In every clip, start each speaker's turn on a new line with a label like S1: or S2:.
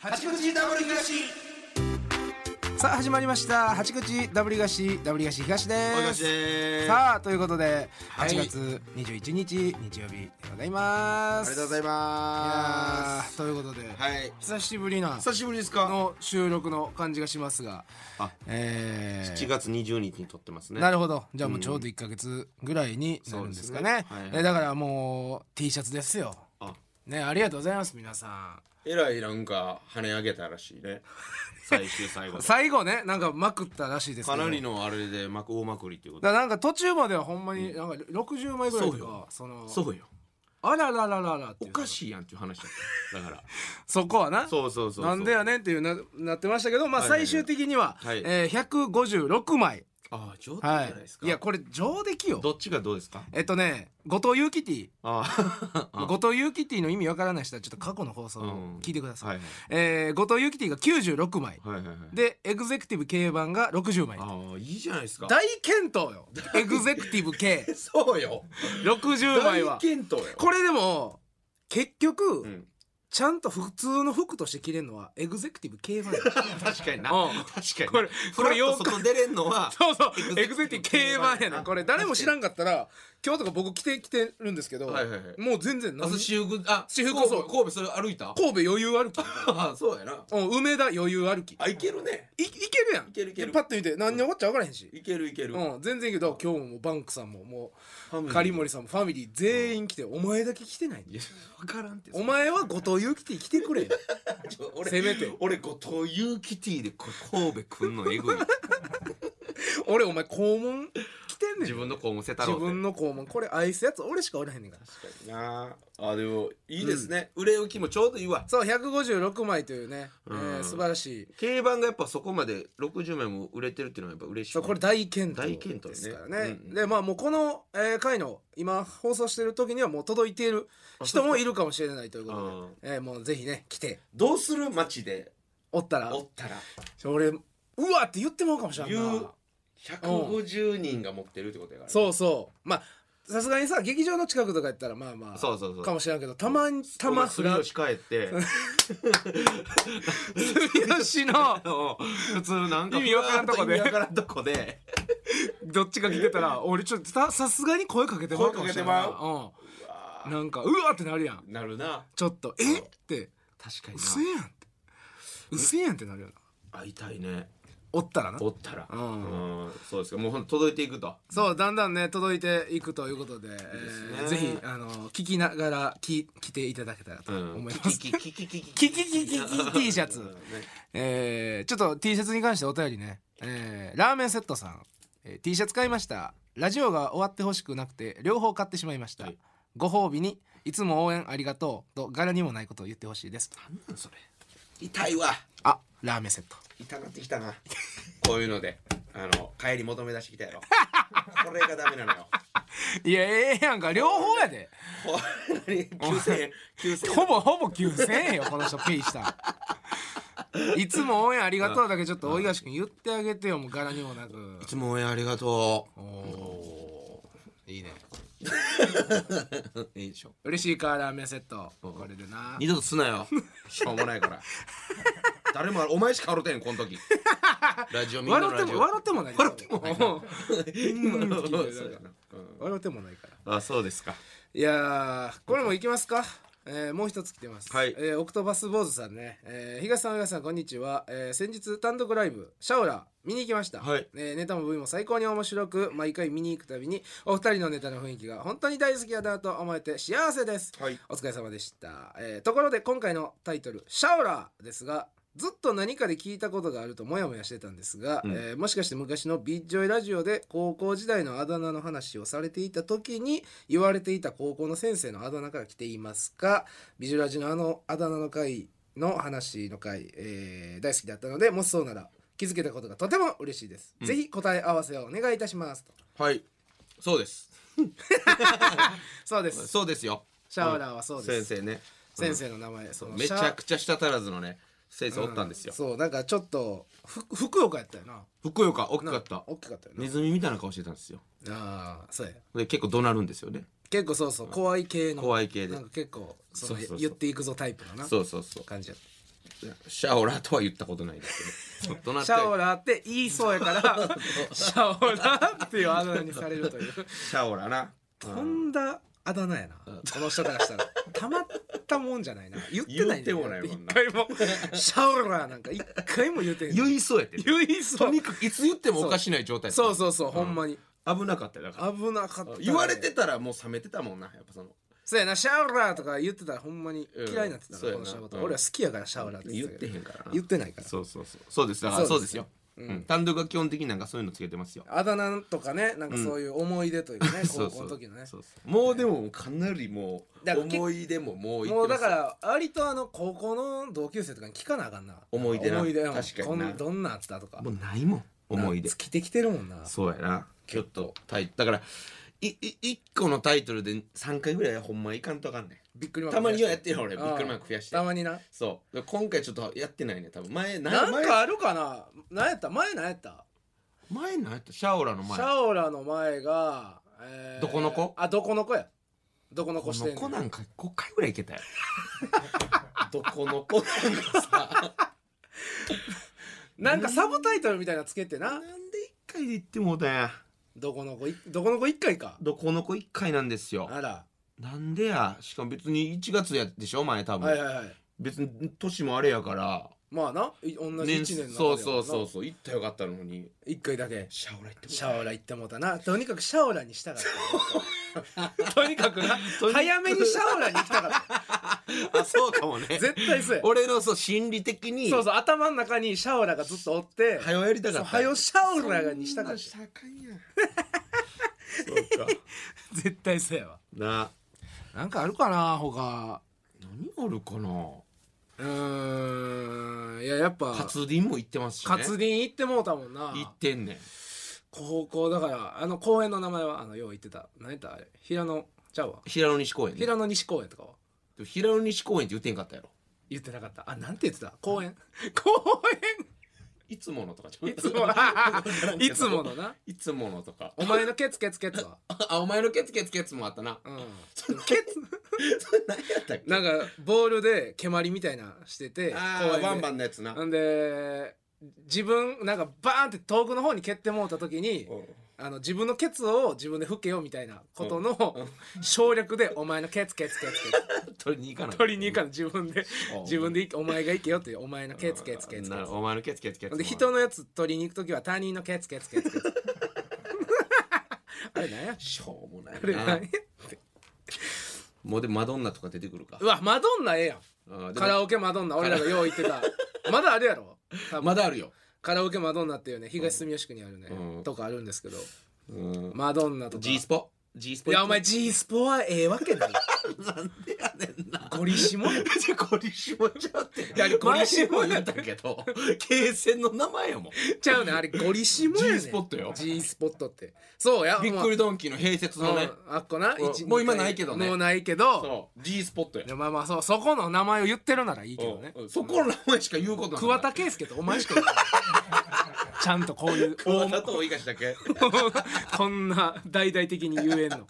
S1: 八口ダブル東さあ始まりました八口ダブル東ダブル東東で
S2: おいがし
S1: す
S2: です
S1: さあということで
S2: はい
S1: 8月21日日曜日でございま
S2: あり
S1: す
S2: がとうござい
S1: ま
S2: ますす
S1: ということで、
S2: はい
S1: 久しぶりな
S2: 久しぶりですか
S1: の収録の感じがしますが
S2: あ
S1: えー
S2: 7月20日に撮ってますね
S1: なるほどじゃあもうちょうど1か月ぐらいになるんですかね,、
S2: そうですねはいはい
S1: えだからもう T シャツですよ
S2: あ
S1: ねありがとうございます皆 さ
S2: えらいなんか跳ね上げたらしいね 最終最後
S1: ん最後ねなんかまくったらしいですけ
S2: か
S1: ど
S2: なりのあれで幕大まくりっていうこと
S1: だからなんか途中まではほんまになんか60枚ぐらいとかその
S2: そうよ
S1: あらららららって
S2: お
S1: いう
S2: かしいやんっていう話だっただから
S1: そこはな
S2: そうそうそうそう
S1: なんでやねんっていうななってましたけど、まあ、
S2: はいはいは
S1: 最
S2: い
S1: 終的には、
S2: はい
S1: えー156枚、
S2: ああ上手じゃ
S1: は
S2: ない
S1: い
S2: です、か
S1: いやこれ上出来よ
S2: どっちがどうですか
S1: えっとね後藤ユキティ
S2: ああ あ
S1: 後藤ユキティの意味わからない人はちょっと過去の放送を聞いてください、
S2: はい
S1: えー後藤ユキティが96枚、
S2: はいはいはいはい
S1: でエグゼクティブ K 版が60枚
S2: ああいいじゃないですか
S1: 大健闘よエグゼクティブ
S2: そうよ
S1: K60 枚は
S2: 大健闘よ
S1: これでも結局、
S2: うん
S1: ちゃんと普通の服として着れるのはエグゼクティブ K 版や
S2: 確かにな
S1: うん
S2: 確かに
S1: これこれよ
S2: よ
S1: く
S2: く外出れんの は
S1: そうそうエ
S2: エ
S1: グ
S2: グ
S1: ゼ
S2: ゼ
S1: クテ
S2: クテ
S1: ィブ K
S2: ィブ
S1: 版やねん
S2: な
S1: これ誰も知らんかったら今日とか僕着て着てるんですけど、
S2: はいはいはい
S1: もう全然何
S2: あそう私服あ
S1: 私服
S2: 神
S1: そう
S2: 戸神戸それ歩いた
S1: 神戸余裕 歩き
S2: あそうやな
S1: うん梅田余裕歩き
S2: あいけるね
S1: いいけるやん
S2: いけるいける
S1: でパッと見て何に起こっちゃ分からへんし、
S2: いけるいける
S1: うん、全然いいけど今日もバンクさんもも
S2: ファ
S1: う
S2: ミリー
S1: 狩森さんもファミリー全員来て、お前だけ来てないんだ
S2: いや分からんって
S1: お前は後藤祐樹来てく れよ
S2: ちょ俺
S1: せめて
S2: 俺後藤ユーキティでこ神戸くん のえぐい
S1: 俺お前肛門来てんねん
S2: 自分の子もせたろ
S1: 自分の肛門これ愛すやつ俺しかおらへんねんから
S2: 確かになあでもいいですね、売れ行きもちょうどいいわ
S1: そう156枚というね、えー
S2: うん
S1: 素晴らしい
S2: 競馬がやっぱそこまで60枚も売れてるっていうのはやっぱ嬉しい
S1: そうこれ大健
S2: 大健
S1: 闘
S2: 闘ね
S1: ですからね
S2: うんうん
S1: でまあもうこの、えー回の今放送してる時にはもう届いている人もいるかもしれないというこ
S2: あ
S1: とで、えーもうぜひね来て
S2: どうする街で
S1: おったら
S2: おったら
S1: 俺うわって言ってもらうかもしれんない
S2: 言う150人が持ってるってことやからね、
S1: そうそうまあさすがにさ劇場の近くとかやったらまあまあ
S2: そうそうそう
S1: かもしれんけどたまにたまふ
S2: それ
S1: ら
S2: を控えて
S1: 住吉 の
S2: 普通なんか
S1: 意味わからんとこで
S2: 意味わからんとこで
S1: どっちか来てたら俺ちょっとささすがに声かけてもらうかもしれんない
S2: 声かけて
S1: うん、なんかうわってなるやん
S2: なるな
S1: ちょっとえって
S2: 確かに
S1: 嘘やんって嘘やんってなるよな
S2: 会いたいね
S1: おったらな
S2: おったら
S1: うん
S2: うんそうですかもうほんと届いていくと
S1: そうだんだんね届いていくということで
S2: すね
S1: えーぜひあの聞きながらき来ていただけたらと思います、
S2: キキキキキキ
S1: キキキキキ T シャツ
S2: うんね
S1: えーちょっと T シャツに関してお便りね、えーラーメンセットさん、えー T シャツ買いましたラジオが終わってほしくなくて両方買ってしまいました、
S2: はい
S1: ご褒美にいつも応援ありがとうと柄にもないことを言ってほしいです
S2: なんなんそれ痛いわ
S1: あラーメンセット
S2: 痛なってきたなこういうのであの帰り求め出してきたやろこれがダメなのよ
S1: いやええやんか両方やで
S2: これに9000円9000円
S1: ほぼほぼ9000円よこの人ペイしたんいつも応援ありがとうだけちょっと大東君言ってあげてよもう柄にもなく
S2: いつも応援ありがとう。
S1: いいね
S2: いいでしょ。
S1: 嬉しいかラーメンセットこれでな
S2: 二度とすなよ。しょうもないから。誰もお前しか笑うてんこの時。ラジオみんなの
S1: 笑っ
S2: ラ
S1: て
S2: ジ
S1: も
S2: オ。
S1: 笑ってもない笑ってもない
S2: そうやなうん
S1: 笑ってもないから
S2: あそうですか。
S1: いやーこれもいきますかえーもう一つ来てます、
S2: はい
S1: えーオクトバス坊主さんね、えー、東さん東さんこんにちは、えー先日単独ライブシャオラ見に行きました、
S2: はい
S1: えーネタも V も最高に面白く毎回見に行くたびにお二人のネタの雰囲気が本当に大好きだなと思えて幸せです、
S2: はい。
S1: お疲れ様でした、えーところで今回のタイトル「シャオラ」ですがずっと何かで聞いたことがあるとモヤモヤしてたんですが、
S2: うん
S1: えーもしかして昔のビッジョイラジオで高校時代のあだ名の話をされていた時に言われていた高校の先生のあだ名から来ていますかビジュラジのあのあだ名の回の話の回、えー大好きだったのでもしそうなら気づけたことがとても嬉しいです、
S2: うん
S1: ぜひ答え合わせをお願いいたしますと
S2: はい。そうです。
S1: そうです
S2: そうですよ。
S1: シャオラはそうで
S2: 先
S1: す、
S2: 生ね。
S1: 先生の名前そ
S2: そう
S1: の
S2: めち
S1: シャ
S2: ゃくちゃ舌足らずのね先生おったんですよ
S1: う。そうなんかちょっとふ福岡やったよな
S2: ふくよか大き
S1: な
S2: かった。
S1: 大きかったよな、
S2: ネズミみたいな顔してたんですよ。
S1: ああそうや
S2: で結構怒鳴るんですよね。
S1: 結構そうそう怖い系の
S2: 怖い系で
S1: なんか結構その
S2: そうそうそう
S1: 言っていくぞタイプのな
S2: そうそうそう。
S1: 感じやっ
S2: シャオラとは言ったことないです けどどな
S1: シ
S2: た
S1: ャオラって言いそうや からシャオラっていうあだ名にされるという
S2: シャオラな
S1: とんだあだ名やなこの人からしたらたまったもんじゃないな言ってないんだよ
S2: 言ってもないも
S1: 一
S2: んな
S1: 回もシャオラなんか一回も言ってん
S2: 言いそうやってる
S1: 言いそ
S2: と
S1: う
S2: にかくいつ言ってもおかしない状態
S1: そうそうそうほんまに
S2: 危なかったよだから
S1: 危なかったね
S2: 言われてたらもう冷めてたもんなやっぱその
S1: そうやなシャオラとか言ってたらほんまに嫌いになってたな
S2: うん
S1: この人のこと
S2: そうやなうん
S1: 俺は好きやからシャオラって
S2: 言っ
S1: ってた
S2: て
S1: けど
S2: へんからな
S1: 言ってないから
S2: そうそうそうそうですだから
S1: そ
S2: そうう
S1: で
S2: ですす
S1: よ
S2: ようん単独が基本的になんかそういうのつけてますよ
S1: あだ名とかねなんかそういう思い出というかね
S2: そ
S1: 高
S2: うそ
S1: 校
S2: う
S1: の時のね
S2: そうそうもうでもかなりも
S1: だ
S2: う
S1: から
S2: 思い出ももういってます
S1: もうだから割とあの高校の同級生とかに聞かなあかんな
S2: 思い出な
S1: 思い出うん
S2: 確かにな
S1: こんどんなあったとか
S2: もうないもん思い出
S1: な尽きてきてるもんな
S2: そうやなちょっとタイだからいい一個のタイトルで三回ぐらいほんまいかんとあかんね
S1: びっくり
S2: ん
S1: マン
S2: たまにはやっ
S1: る
S2: てる俺ビックリマン増やして
S1: たまにな
S2: そうで今回ちょっとやってないね多分前な
S1: なんかあるかな何やった前何やった
S2: 前前何やったシャオラの前
S1: シャオラの前が、えー
S2: どこの子
S1: あどこの子やどこの子
S2: こ
S1: してん
S2: の
S1: ねん
S2: 子なんか5回ぐらいいけた よどこの子なんかさ
S1: なんかサブタイトルみたいなのつけて
S2: な
S1: なん
S2: で1回で言ってもうたんや
S1: どこの子いどこの子一回か
S2: どこの子1回なんですよ
S1: あら
S2: なんでやしかも別に1月やでしょ前多分、
S1: はいはいはい
S2: 別に年もあれやから
S1: まあない同じ1
S2: 年
S1: 年の中で
S2: そうそうそう
S1: う
S2: そう行ったらよかったのに
S1: 1回だけ
S2: シャオラ行って
S1: シャオラ行ってもうたなとにかくシャオラにしたかったとにかくな
S2: とにかく
S1: 早めにシャオラに行きたかった
S2: あそうか もね
S1: 絶対そうや
S2: 俺のそう心理的に
S1: そうそう頭の中にシャオラがずっとおって
S2: はよやりたか
S1: そう
S2: った
S1: はよシャオラにしたかった
S2: そんなんしたらあかんやんそうか
S1: 絶対そうやわ
S2: な
S1: なんかあるかな他
S2: 何あるかな
S1: うーんいややっぱ
S2: 活林も行ってますしね
S1: 活林行ってもうたもんな
S2: 行ってんねん
S1: 高校だからあの公園の名前はあのよう言ってた何やったあれ平野ちゃうわ
S2: 平野西公園ね
S1: 平野西公園とかは
S2: でも平野西公園って言ってんかったやろ
S1: 言ってなかったあなんて言ってた公 園公
S2: いつものとか
S1: 園いつ もいつものない
S2: つものとか
S1: お前のケツケツケツは
S2: あお前のケツケツケツもあったな
S1: うん ケツ
S2: それ何やったっけ
S1: なんかボールで蹴鞠みたいなしてて
S2: あー
S1: で
S2: ワンバンのやつな
S1: なんで自分なんかバーンって遠くの方に蹴ってもうた時にあの自分のケツを自分で吹けよみたいなことの省略でお前のケツケツケツケツ
S2: 取りに行かない
S1: 取りに行かない自分で
S2: うん
S1: 自分で行けお前が行けよっていうお前のケツケツケツケ
S2: なる
S1: ツ
S2: お前のケツケツケツ
S1: で人のやつ取りに行く時は他人のケツケツケツ ケツあれなんや
S2: しょうもな
S1: あれ
S2: い
S1: なん
S2: な
S1: や
S2: もうでマドンナとか出てくるか
S1: うわマドンナええやん
S2: あーでも
S1: カラオケマドンナ俺らがよう言って たまだあるやろ多分
S2: まだあるよ
S1: カラオケマドンナっていうね東住吉区にあるね、
S2: うん
S1: とかあるんですけど
S2: うん
S1: マドンナとか
S2: G スポ G スポ
S1: いやお前 G スポはええわけない
S2: なんでやねんな
S1: ゴリシモ や
S2: じゃゴリシモちゃうって
S1: いやゴリシ
S2: シ
S1: モ
S2: モ
S1: や
S2: や
S1: っ
S2: ったたけ ど慶戦の名前や もん
S1: ちゃうねんあれゴリシモやねん
S2: G スポットよ
S1: G スポットってそうや
S2: びっくりドンキーの併設のね
S1: もうあっこな
S2: うん
S1: 一
S2: もう今
S1: 二回
S2: ないけどね
S1: もうないけど
S2: そう G スポットや
S1: でまあまあそうそこの名前を言ってるならいいけどね
S2: うんそこの名前しか言うことない
S1: 桑田佳祐とお前しか言ってないちゃんとこう いう
S2: 大間と大東だ け
S1: こんな大々的に言えんの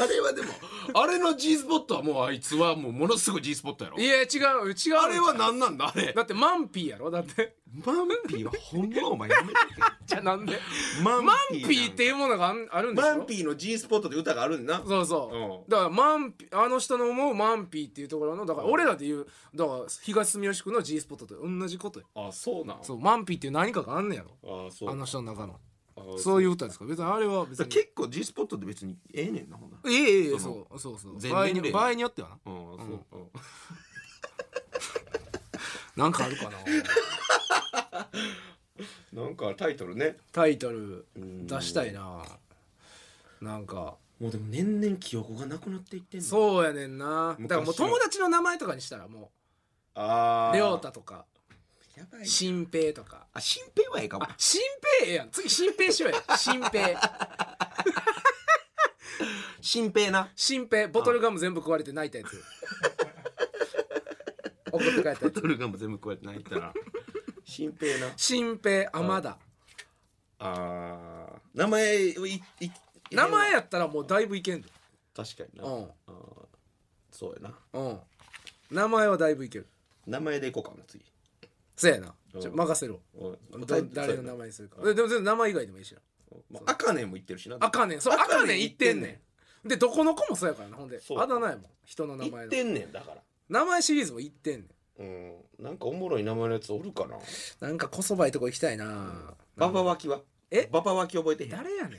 S2: あれはでもあれの G スポットはもうあいつはもうものすごい G スポットやろ
S1: いや違う違う
S2: あれは何なんだあれ
S1: だってマンピーやろだって
S2: マンピーはほんまお前やめて
S1: じゃあなんで
S2: マ
S1: マンピーっていうものがあんあるんでしょ
S2: マンピーの G スポットで歌があるんだな
S1: そうそう、
S2: うん
S1: だからマンピあの人の思うマンピーっていうところのだから俺らで言うだから東住吉区の G スポットと同じことよ
S2: あそうなん
S1: そうマンピーっていう何かがあんねやろ
S2: あそう
S1: あの人の中の
S2: あ
S1: そういうう歌ですか別にあれは別に
S2: 結構 G スポットで別にええねんなほんなら
S1: いえいえいえ
S2: そ
S1: そ
S2: の
S1: うそうそう
S2: 全
S1: 場合
S2: 年
S1: に
S2: 齢
S1: 場合によってはな
S2: うんそううん
S1: なんかあ るかな
S2: なんかタイトルね
S1: タイトル
S2: うん
S1: 出したいななんか
S2: もうでも年々記憶がなくなっていってんのう
S1: そうやねんなだからもう
S2: 昔の
S1: 友達の名前とかにしたらも
S2: あ
S1: う
S2: あ
S1: レオタとか
S2: やばい
S1: 新平とか
S2: あ新平はええかも
S1: あ新平ええやん次新平しようや新平
S2: 新平な
S1: 新平ボトルガム全部食われて泣いたや つ送って帰ったやつ
S2: ボトルガム全部こうやって泣いたら新平な
S1: 新平天田
S2: あー名前いい
S1: 名前やったらもうだいぶいけんで
S2: 確かにな
S1: うん
S2: あーそうやな
S1: うん名前はだいぶいける
S2: 名前でいこうかな次
S1: そうやなちょ
S2: うん
S1: 任せろ
S2: お
S1: だ
S2: お
S1: 誰の名前にするか
S2: うん
S1: えでも全然名前以外でもいいしな
S2: まあ、赤ねんも言ってるしな
S1: あかんねんそうあかんねん言ってん
S2: 言っ
S1: ねんでどこの子もそうやからなほんで
S2: そう
S1: あだ名やもん人の名
S2: 言
S1: 前
S2: っ
S1: の
S2: てんねんだから
S1: 名前シリーズも言ってんねん
S2: うんなんかおもろい名前のやつおるかな
S1: なんかこそばいとこ行きたいな
S2: ババワキは
S1: え
S2: ババワキ覚えてへん
S1: 誰やね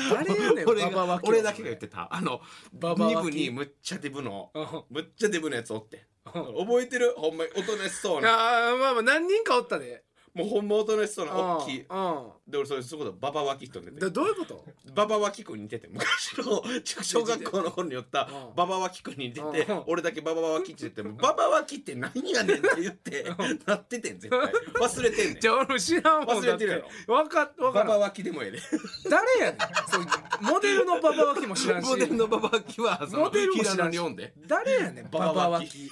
S1: ん誰やねん
S2: 俺が
S1: ババワキ
S2: 俺だけが言ってたあの
S1: ババ
S2: 二
S1: ワ
S2: 部
S1: キ
S2: にむっちゃデブの
S1: うんうん
S2: むっちゃデブのやつおって覚えてるほんまにおとなしそうな
S1: あーまあまあ何人かおったで
S2: もうほんまおとなしそうなおっきい
S1: うん
S2: で俺それそこでババワキと寝
S1: うん
S2: て
S1: だ
S2: て
S1: どういうこと
S2: ババワキ君に似てて昔の小学校の頃に寄った
S1: うん
S2: ババワキ君に似てて
S1: うん
S2: 俺だけババワキって言ってもババワキって何やねんって言ってなっててん絶対忘れてんねん
S1: じゃあ俺も知らんもん
S2: 忘れてるやろ
S1: 分かっ分か
S2: バ
S1: ら
S2: バ
S1: ん
S2: ワキでもええで
S1: 誰やねんそうモデルのババワキも知らんし
S2: モデルのババワキはその
S1: モデルも知らん
S2: 平野に読んで
S1: 誰やねんババワキ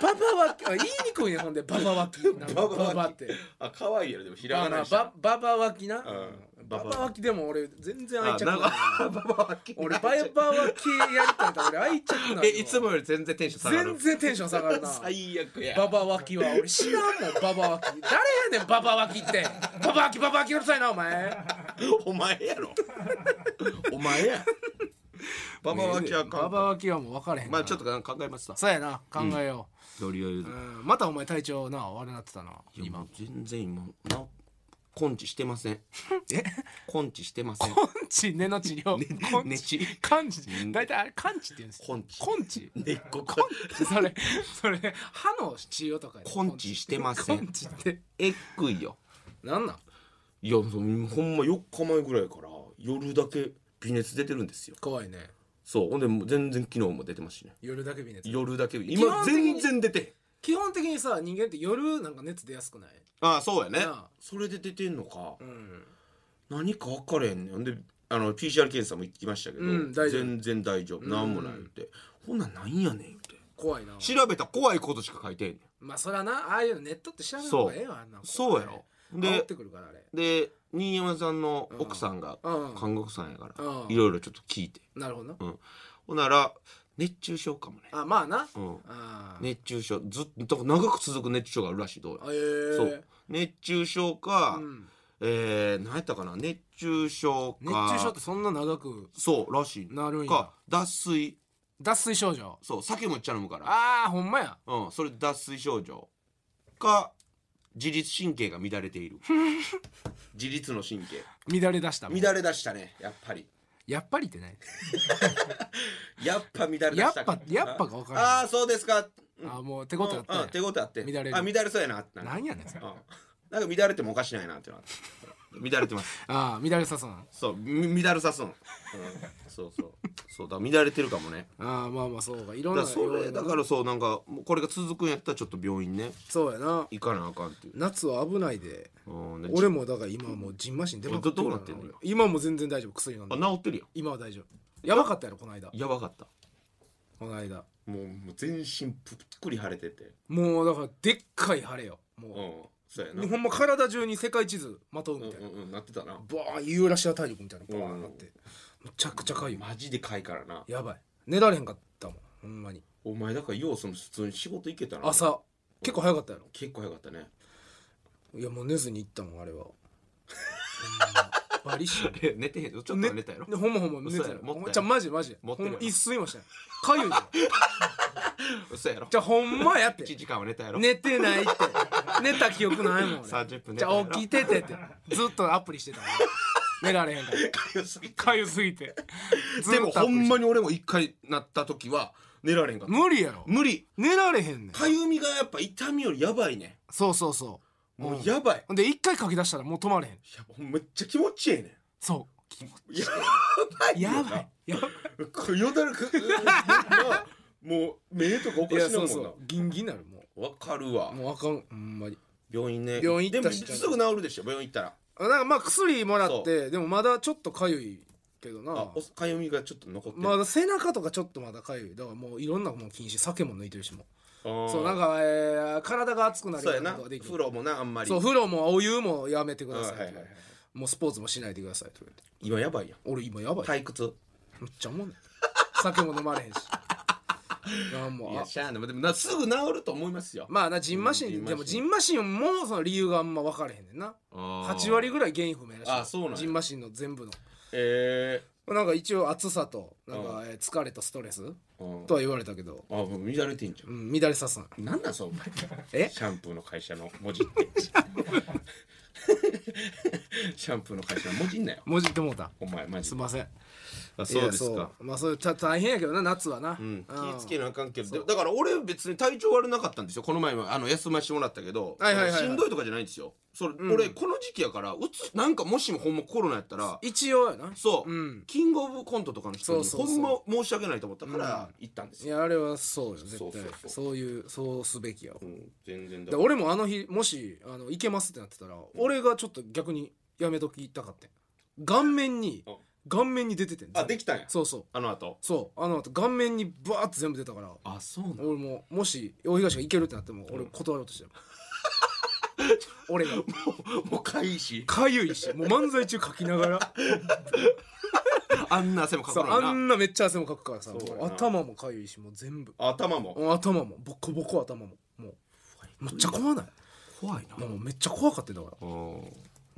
S1: ババワキあ言いにくいねほんでババワキなんか
S2: ババワキ
S1: って
S2: あ可愛いやろでもひ
S1: ま
S2: ら
S1: あ
S2: が
S1: ま
S2: な
S1: あ
S2: にしたら
S1: バババワキな
S2: うん
S1: ババワキでも俺全然愛
S2: あ
S1: 着ない
S2: なん
S1: な
S2: かババワキ
S1: 俺ババワキやりたいんだ俺愛着ないわ
S2: えいつもより全然テンション下が
S1: 全
S2: る
S1: 然テンション下がるな
S2: 最悪や
S1: ババワキは俺知らんもんババワキ誰やねんババワキってババワキババワキうるさいなお前
S2: お前やろお前やババワキは
S1: バ
S2: か
S1: バワキはもう分かれへんな
S2: まあちょっと考えますわ
S1: そうやな考えよ
S2: とりあえず
S1: う、うんまたお前体調な悪なってたない
S2: や
S1: 今
S2: もう全然今な根治してません
S1: え
S2: 根治してません
S1: 根治根の治療
S2: 根
S1: 根治
S2: 治
S1: 根治
S2: うん
S1: 大体あれ根治って言うんです
S2: 根治
S1: 根治
S2: 根っここ
S1: それそれ歯の治療とかや
S2: 根治してません
S1: 根治って
S2: えっくいよ
S1: なんなん
S2: いやそうほんま4日前ぐらいから夜だけ微熱出てるんですよ
S1: 怖いね
S2: そうほんでもう全然昨日も出てますしね
S1: 夜だけ微熱
S2: 夜だけ
S1: 基
S2: 今
S1: 本的に
S2: 全然出てへん
S1: 基本的にさ人間って夜なんか熱出やすくない
S2: ああそうやね
S1: なあ
S2: それで出てんのか
S1: うん
S2: 何か分かれへんねんであの PCR 検査も行きましたけど、
S1: うん大丈夫
S2: 全然大丈夫何もないって、ほんなんなんやねんって
S1: 怖いな
S2: 調べたら怖いことしか書いてへんねん
S1: まあそらなああいうのネットって調べる方がええわあんなもん
S2: そうやろ
S1: 煽っ
S2: で
S1: てくるからあれ
S2: で新山さんの奥さんが
S1: うん
S2: 看護婦さんやから
S1: うん
S2: いろいろちょっと聞いて
S1: なるほどな
S2: ほんなら熱中症かもね、
S1: あまあな
S2: うん、
S1: あー
S2: 熱中症ずっと長く続く熱中症があるらしいどうや
S1: えー
S2: そう熱中症か、
S1: うん
S2: えー、何やったかな熱中症か
S1: 熱中症ってそんな長く
S2: そうらしいね
S1: なるんや
S2: か脱水
S1: 脱水症状
S2: そう酒もっちゃ飲むから
S1: あーほんまや
S2: うんそれで脱水症状か自律神経が乱れて いる自律の神経
S1: 乱れ出した
S2: 乱れ出したねやっぱり
S1: やっぱりってない
S2: やっぱ乱れ出
S1: や
S2: し
S1: ったぱやっぱが分からん
S2: ああーそうですかうん
S1: あーもう手応えあったん
S2: うんう
S1: や
S2: ん手応えあって
S1: 乱れる
S2: あ乱れそうやなってな
S1: 何やねんそれ
S2: うんなんか乱れてもおかしないなってなって 乱れてます
S1: あー乱れさそうな
S2: そうみ乱れさすん、うん、そうそうそうだ乱れてるかもね
S1: あーまあまあそうかいろ
S2: だ
S1: んな
S2: からそれだかららそうなんかもうこれが続くんやったらちょっと病院ね
S1: そうやな
S2: 行かなあかんっていう、
S1: 夏は危ないで
S2: うん、で
S1: 俺もだから今はもうじんましん出まくってるから
S2: どどうなってんのよ
S1: 俺今も全然大丈夫薬飲んで
S2: あ治ってる
S1: 今は大丈夫やばかったやろこの間
S2: やんやばかった
S1: この間
S2: もうもう全身ぷっくり腫れてて
S1: もうだからでっかい晴れよ
S2: うん
S1: も
S2: そうや
S1: う、
S2: な
S1: ほんま体中に世界地図まとう
S2: う
S1: み
S2: ん
S1: たいな、
S2: うんうんなってたな
S1: バーンユーラシア大陸みたいなバー
S2: う
S1: ン
S2: ん
S1: なって、むちゃくちゃかゆい
S2: マジでかいからな
S1: やばい寝られへんかったもんほんまに
S2: お前だからようその普通に仕事行けたな
S1: 朝結構早かったやろ
S2: 結構早かったね
S1: いやもう寝ずに行ったもんあれはほんまバリシ
S2: 寝てへんちょっと
S1: 寝
S2: 寝たやろ
S1: ほんまほんま寝てた
S2: 嘘やろ持ったやろ
S1: じゃマジマジ
S2: 持って
S1: ほ
S2: る
S1: ん
S2: やろ
S1: ま一睡もしてないかゆいよ
S2: 嘘やろ
S1: じゃほんまやって
S2: 1時間は寝たやろ
S1: 寝てないって寝た記憶ないもん俺
S2: 30分
S1: じ
S2: 寝た
S1: ゃ
S2: や
S1: あ
S2: ろ
S1: 起きててってずっとアプリしてたもん寝られへんから
S2: かゆすぎ
S1: かゆすぎて
S2: でもほんま
S1: に
S2: に俺も一回なった時は寝られんかった
S1: 無理やろ
S2: 無理
S1: 寝られへんねん
S2: かゆみがやっぱ痛みよりやばいね
S1: そうそうそう
S2: もうんやばい
S1: ほんで一回書き出したらもう止まれへん
S2: やばめっちゃ気持ちい いね
S1: そう
S2: んやばいよ
S1: や
S2: な
S1: ばいやばい
S2: これよだれくもう目とかおかし
S1: いや
S2: な
S1: そ
S2: も
S1: うんそ
S2: な
S1: うギンギンなるも
S2: わかるわ
S1: うもうあかんほんまに
S2: 病院ね
S1: 病院行
S2: で
S1: った
S2: も
S1: し
S2: すぐ治るでしょ病院行ったら
S1: あなんかまあ薬もらってでもまだちょっとかゆいけど
S2: あ
S1: な
S2: おかゆみがちょっと残ってる
S1: まだ背中とかちょっとまだかゆいだからもういろんなもん禁止酒も抜いてるしもうそうなん
S2: か
S1: か、えー体が熱くなる
S2: そ
S1: よ
S2: うや
S1: うな
S2: な
S1: ことができ
S2: 風
S1: る
S2: 呂もなあんまり
S1: そう風呂もお湯もやめてください,、
S2: うんはいはいはい
S1: もうスポーツもしないでくださいと言われて
S2: 今やばいやん
S1: 俺今やばい、
S2: 退屈
S1: めっちゃおもんない酒も飲まれへんしあもう
S2: い
S1: あ
S2: やしゃあないでもなすぐ治ると思いますよ、
S1: まあなジンマシ
S2: うん
S1: ンでもジ
S2: ジ
S1: ンマシンもその理由があんま分かれへんねんな8割ぐ
S2: ぐ
S1: らい原因不明らしい
S2: あそうなんや
S1: ジンマシンの全部の
S2: え
S1: なんか一応暑さとなん
S2: う
S1: かえー疲れとストレス
S2: えー、
S1: とは言われたけど、
S2: あもう乱れてんじゃ
S1: うん、乱れさすなん
S2: なんなんそうお前
S1: え
S2: シャンプーの会社の文字って シャンプーの会社の文字んなよ
S1: 文字ってもうた
S2: お前マジ
S1: すいません
S2: あそうです
S1: いや
S2: か
S1: そうまあそういうた大変やけどな夏はな、
S2: うん、気
S1: あー
S2: ぃつけなあかんけどでだから俺別に体調悪なかったんですよこの前もあの休ましてもらったけど、
S1: はいはいはいはい
S2: しんどいとかじゃないんですよそれ、
S1: うん
S2: 俺この時期やからうつなんかもしもほんまコロナやったら
S1: 一応やな
S2: そう、
S1: うん
S2: キングオブコントとかの人に
S1: そうそう
S2: ほ
S1: そうん
S2: ま申し訳ないと思ったから行ったんです
S1: い
S2: よ、
S1: やあれはそうよ絶対そ
S2: そううそうそう
S1: いうそうすべきやわ、
S2: うん全然
S1: で
S2: だ
S1: 俺もあの日もしあの行けますってなってたら、俺がちょっと逆にやめときたかってん顔面に
S2: うん
S1: 顔面に出ててん
S2: あできたんや
S1: そうそう
S2: あの後
S1: そうあの後顔面にバーって全部出たから
S2: あそうなの
S1: 俺ももし大東が行けるってなっても俺
S2: うん
S1: 断ろうと してる、俺が
S2: もうかいし
S1: かゆいしもう漫才中書きながら
S2: あんな汗もかく
S1: そう
S2: の
S1: あ
S2: になん
S1: なめっちゃ汗もかくからさ
S2: そうやな
S1: もう頭もかゆいしもう全部
S2: 頭も
S1: もう頭もボコボコ頭ももうめっちゃ怖ない
S2: 怖いな
S1: もうめっちゃ怖かったんだから
S2: う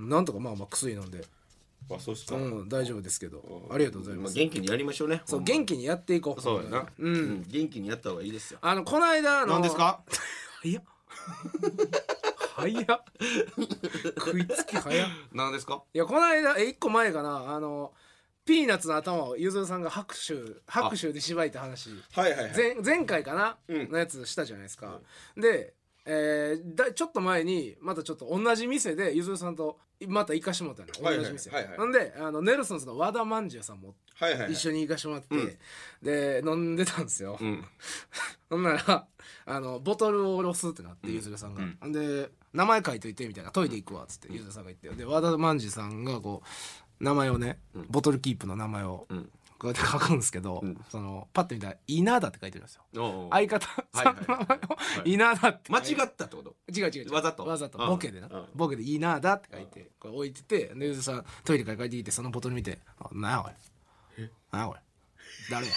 S2: ん
S1: なんとかまあまあ薬飲んで、
S2: あそうっすか、
S1: うん、大丈夫ですけど
S2: ん
S1: ありがとうございます
S2: あ元気にやりましょうね
S1: そう
S2: ほんま
S1: 元気にやっていこう
S2: そうやな、
S1: う
S2: うんん、元気にやった方がいいですよ
S1: あのこの間あの
S2: 何ですか
S1: 早っ早 っ食いつき早っ
S2: 何ですか
S1: いやこの間え一個前かなあのピーナッツの頭をゆずるさんが拍手拍手でしばいた話
S2: はいはいはい
S1: 前前回かな、
S2: うん
S1: のやつしたじゃないですか、で、えーだちょっと前にまたちょっと同じ店でゆずるさんとまた行かしてもらったの
S2: はい
S1: よ
S2: はい
S1: 同じ店、
S2: はいはい
S1: なんであのネルソンズの和田まんじゅうさんも
S2: はいはいはい
S1: 一緒に行かしてもらって、
S2: うん
S1: で飲んでたんですよ、
S2: うん
S1: ほんなら あのボトルを下ろすってなってゆずるさんが、ほんで名前書いといてみたいなトイレ行くわっつってゆずるさんが言ってで和田まんじゅうさんがこう名前をね、ボトルキープの名前を
S2: うん
S1: こうやって書くんですけど、
S2: うん
S1: そのパッと見たら「稲田」って書いてるんですよ。
S2: おうおう
S1: 相方
S2: はい
S1: さん
S2: はい
S1: の名前を
S2: はい
S1: 稲田って
S2: 間違ったってこと
S1: 違う違う違う
S2: わざと
S1: わざと
S2: うん
S1: ボケでな
S2: うん
S1: ボケで「稲田」って書いてこれ置いててでゆずるさんトイレから帰ってきてそのボトル見て「あなんやこれなんやこれ誰や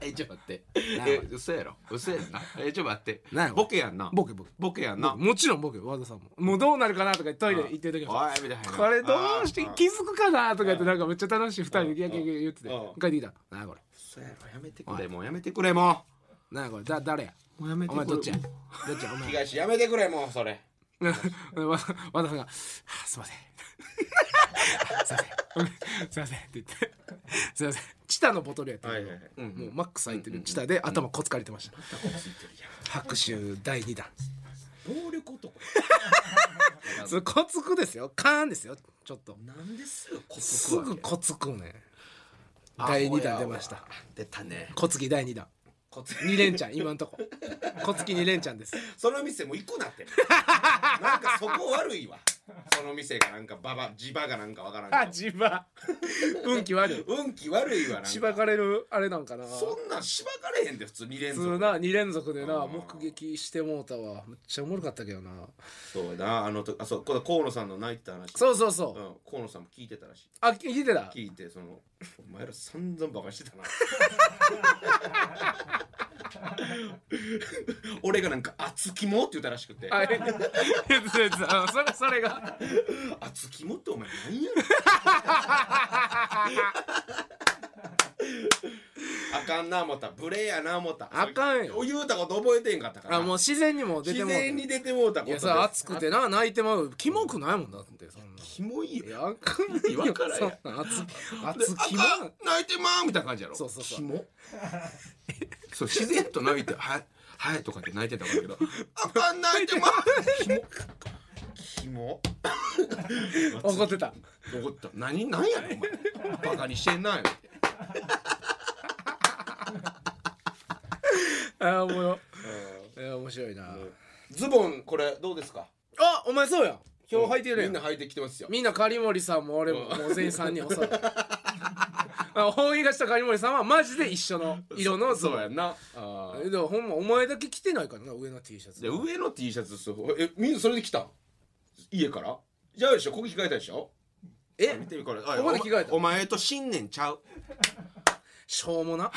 S2: えちょっと待って
S1: な
S2: え嘘やろ嘘やんなえちょっと待って
S1: なんやこれ
S2: ボケやんな
S1: ボケボケ
S2: ボケやんな
S1: もちろん僕よ和田さんももうどうなるかなとか言ってトイレ行ってる時も
S2: おいみたいな
S1: これどうして
S2: あ
S1: 気づくかなとか言ってなんかめっちゃ楽しい二人でギャギャギャ言ってて
S2: うん
S1: 帰ってきた「なんやこれ
S2: 嘘やろやめてくれもうやめてくれも
S1: なんやこれだ誰や
S2: うもうやめて
S1: お
S2: くれ
S1: 前どっちやどっちやお前」
S2: 東やめてくれもうそれ
S1: 和田 和田さんがあ「すいません」 すいません「すいません」って言って「すいません」チタのボトルやったけど、
S2: はいはいはいうんうん
S1: もうマックス入ってるチタで頭こつかれてました、拍手第2弾
S2: 暴力男
S1: それこつくですよカーンですよちょっと
S2: なんですぐこ
S1: すぐこつくね第2弾出ました
S2: 出たね
S1: こつき第2弾
S2: こつ
S1: 2連チャン今んとここつき2連チャンです
S2: その店もう行くなってなんかそこ悪いわその店がなんかババ地場がなんかわからん
S1: あ
S2: け
S1: 自場運気悪い
S2: ど運気悪いわなんか
S1: しばかれるあれなんかな
S2: そんなんしばかれへんで普通2連
S1: 普通
S2: 続
S1: な2連続でな
S2: うん
S1: 目撃してもうたわめっちゃおもろかったけどな
S2: そうやなあのとあそうこれ河野さんの泣いてた話
S1: そうそうそう、
S2: ん、河野さんも聞いてたらしい
S1: あ聞いてた
S2: 聞いてそのお前ら散々バカしてた な俺がなんか「熱きも」って言ったらしくて
S1: あえ言ってた言ってたうんそれそれが
S2: 「熱きも」ってお前何やねん あかんな思った無礼やな思った
S1: あかんよ
S2: 言うたこと覚えてへんかったから
S1: あもう自然にもう出て
S2: 自
S1: もうた
S2: 然に出てもうたこ
S1: い
S2: と
S1: や
S2: です
S1: さ熱くてな泣いてまうキモくないもんだってそんな
S2: キモいよ
S1: いやあかんよ
S2: わからん
S1: そん
S2: や
S1: な熱
S2: で
S1: 熱キモ
S2: あかん泣いてまーみたいな感じやろ
S1: そうそうそう
S2: キ モそう自然と泣いてはいはいとかって泣いてたからけどあかん泣いてまーキモキモ
S1: 怒ってた
S2: 怒った何何やねんお前バカにしてんなよ
S1: あおもろいや面白いな
S2: ズボンこれどうですか
S1: あお前そうやん今日履いてるや
S2: みん
S1: ん
S2: な履いてきてますよ
S1: みんな狩森さんも俺も
S2: うん
S1: もう全員3人おそろい あ本意がした狩森さんはマジで一緒の色のズ
S2: そ
S1: ボ
S2: う
S1: ン
S2: やんなあー
S1: えでもほんまお前だけ着てないからな上の T シャツ
S2: で上の T シャツそうえみんなそれで来た家からじゃあでしょここ着替えたでしょ
S1: え
S2: 見てみこれこ
S1: こまで着替えた
S2: お前と新年ちゃう
S1: しょうもな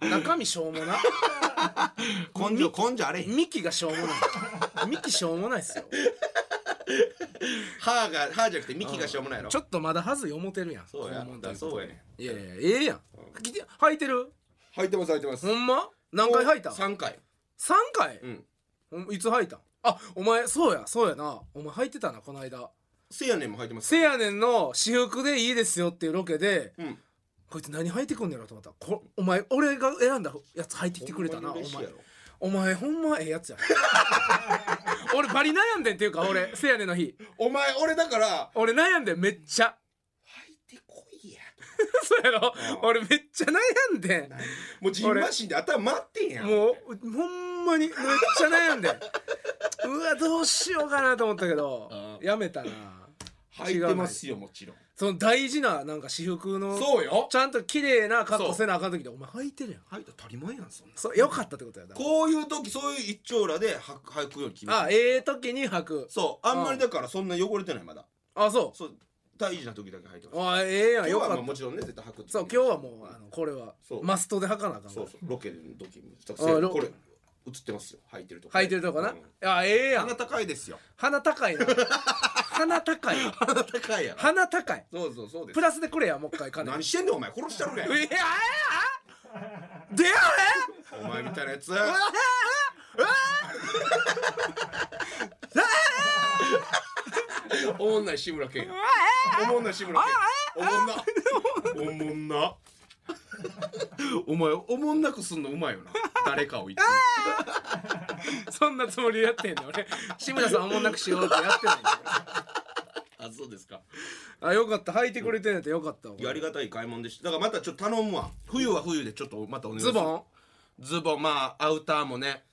S1: 中身しょうもな
S2: 根性根性あれへん
S1: 幹がしょうもない幹しょうもないっすよ
S2: 歯が歯じゃなくて幹がしょうもないの
S1: ちょっとまだはずい思てるやん
S2: そうや
S1: 肛門といこと
S2: そうやね
S1: いやいやええやん来て履いてる
S2: 履いてます履いてます
S1: ほんま何回履いた
S2: 3回
S1: 三回
S2: う、ん
S1: ほんいつ履いたんあお前そうやそうやなお前履いてたなこの間
S2: せやねんも履いてます
S1: せやねんの私服でいいですよっていうロケで
S2: うん
S1: こいつ何履いてくんねやろと思ったこお前俺が選んだやつ履いてきてくれたなお
S2: ほんま
S1: 前
S2: に嬉しいやろ
S1: お前ほんまええやつや 俺バリ悩んでんっていうか俺せやねんの日
S2: お前俺だから
S1: 俺悩んでんめっちゃ
S2: 履いてこいや
S1: そうやろ
S2: ああ
S1: 俺めっちゃ悩んでん
S2: もうジンマシンで頭待ってんやん
S1: もうほんまにめっちゃ悩んでんうわどうしようかなと思ったけど
S2: ああ
S1: やめたな
S2: 履いてますよもちろん
S1: その大事ななんか私服の
S2: そうよ
S1: ちゃんと綺麗な格好せなあかん時でお前履いてるやん
S2: 履いたら当たり前やんそんな
S1: そうよかったってことやだから
S2: こういう時そういう一丁羅で履く履くように決めて
S1: あええ時に履く
S2: そうあんまりだからそんな汚れてないまだ
S1: あそ
S2: そう大事な時だけ履いてます
S1: うあええやん
S2: 今日
S1: よかっ
S2: はまあ
S1: た
S2: もちろんね絶対履くって
S1: そう今日はもうあのこれは
S2: そう
S1: マストで履かなあかんか
S2: そ
S1: ら
S2: うそうロケの時に
S1: あロ
S2: これ映ってますよ履いてるとこ
S1: 履いてるとこな
S2: うん
S1: あええや
S2: 鼻
S1: ん
S2: 高いですよ
S1: 鼻高い な鼻高い
S2: 鼻高いやろ
S1: 鼻高い
S2: そうそうそうです
S1: プラスでくれやもう一回金
S2: 何してんねんお前殺してるや
S1: ええあでや
S2: んお前みたいなやつおもんない志村けんやおもんない志村けんおもんなおもんなお前おもんなくすんのうまいよな誰かをいつも
S1: れそんなつもりでやってんの俺志村さんおもんなくしようってやってないんだよ
S2: あそうですか
S1: あよかった履いてくれてんやったらよかったわ
S2: いやありがたい買い物でしただからまたちょっと頼むわ冬は冬でちょっとまたお願いし
S1: ズ
S2: ます
S1: ボン
S2: ズボンまあアウターもね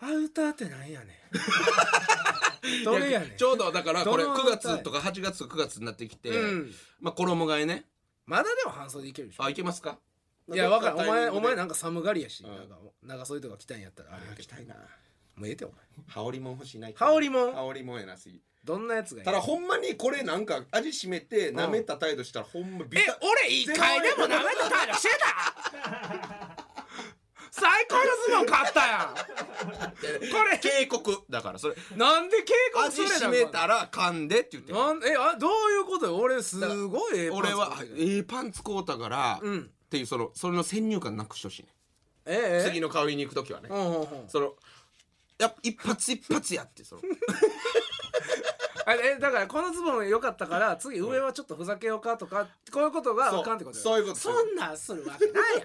S1: アウターってなんやね んどれやねん
S2: ちょうどだからこれ
S1: どの
S2: 9
S1: アウター
S2: 月とか8月とか9月になってきて、
S1: うん
S2: まあ衣替えね
S1: まだでも半袖いけるでしょ
S2: あいけますか
S1: いやわかるお前お前
S2: な
S1: なんか寒がりやし、
S2: うん
S1: なんか長袖とか着たいんやったらあれや
S2: 行
S1: け
S2: き
S1: ど
S2: たいな
S1: もうええてお前
S2: 羽織もん欲しいない
S1: 羽織もん
S2: 羽織もんやなし
S1: どんなやつがいい
S2: ただほんまにこれなんか味しめて舐めた態度したらほんまビタ
S1: 俺一舐めた態度してた 最高のズボン買ったや
S2: これ警告だからそれ
S1: んなんで警告す
S2: 味
S1: る
S2: し
S1: や
S2: めたら噛んでって言ってる
S1: なんえあどういうことよ俺すごいええパンツ
S2: 俺は
S1: 買ってる
S2: ええパンツ買うたから、
S1: う
S2: っ
S1: ん
S2: ていうそのそれの先入観なくしてほしいね
S1: ええ
S2: 次の香りに行く時はね、
S1: うんうんうん
S2: そのやっぱ一発一発やって その
S1: あえだからこのズボン良かったから次上はちょっとふざけようかとかこういうことがあかんってことよ
S2: そうそういうこと
S1: そんなんするわけない やん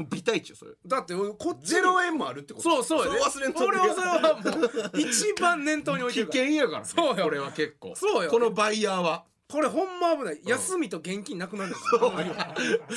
S2: もうビタイチよそれ
S1: だって俺こっち
S2: ゼ
S1: の
S2: ロ円もあるってこと
S1: そうそうや
S2: れ忘れんと
S1: 俺はそれはもう一番念頭に置いて
S2: 危
S1: るから
S2: 険やから、ね、
S1: そうよ
S2: これは結構
S1: そうよ
S2: このバイヤーは
S1: これほんま危ない休みと現金なくなるんですよ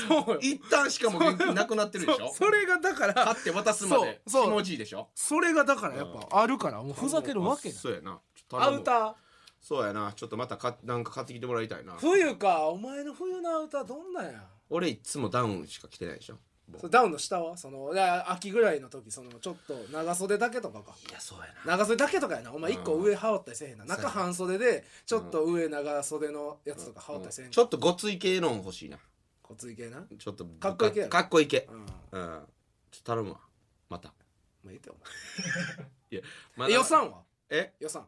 S1: そうよ
S2: 一旦しかも現金なくなってるでし ょ
S1: それがだか
S2: 買
S1: ら
S2: って渡すまで
S1: そうそう
S2: 気持ちいいでしょ
S1: それがだからやっぱあるからもうふざけるわけだ
S2: そうやなちょっと
S1: ア
S2: 頼む
S1: ウター
S2: そうやなちょっとまたかなんか買ってきてもらいたいな
S1: 冬かお前の冬のアウターどんなんや
S2: 俺いつもダウンしか着てないでしょ
S1: それダウンの下はそのいや秋ぐらいの時そのちょっと長袖だけとかか
S2: いやそうやな
S1: 長袖だけとかやなお前
S2: うん
S1: 一個上羽織ったりせえへんな
S2: そう
S1: 中
S2: や
S1: 半袖でちょっと上長袖のやつとか羽織ったりせえへん
S2: ちょっとごつい系の欲しいな
S1: こつい系なうんも
S2: ちょっと
S1: かっこいい系やろ
S2: かっこいい系
S1: う
S2: うんちょっと頼むわまた
S1: ええってお
S2: いやま
S1: 前え予算は
S2: え
S1: 予算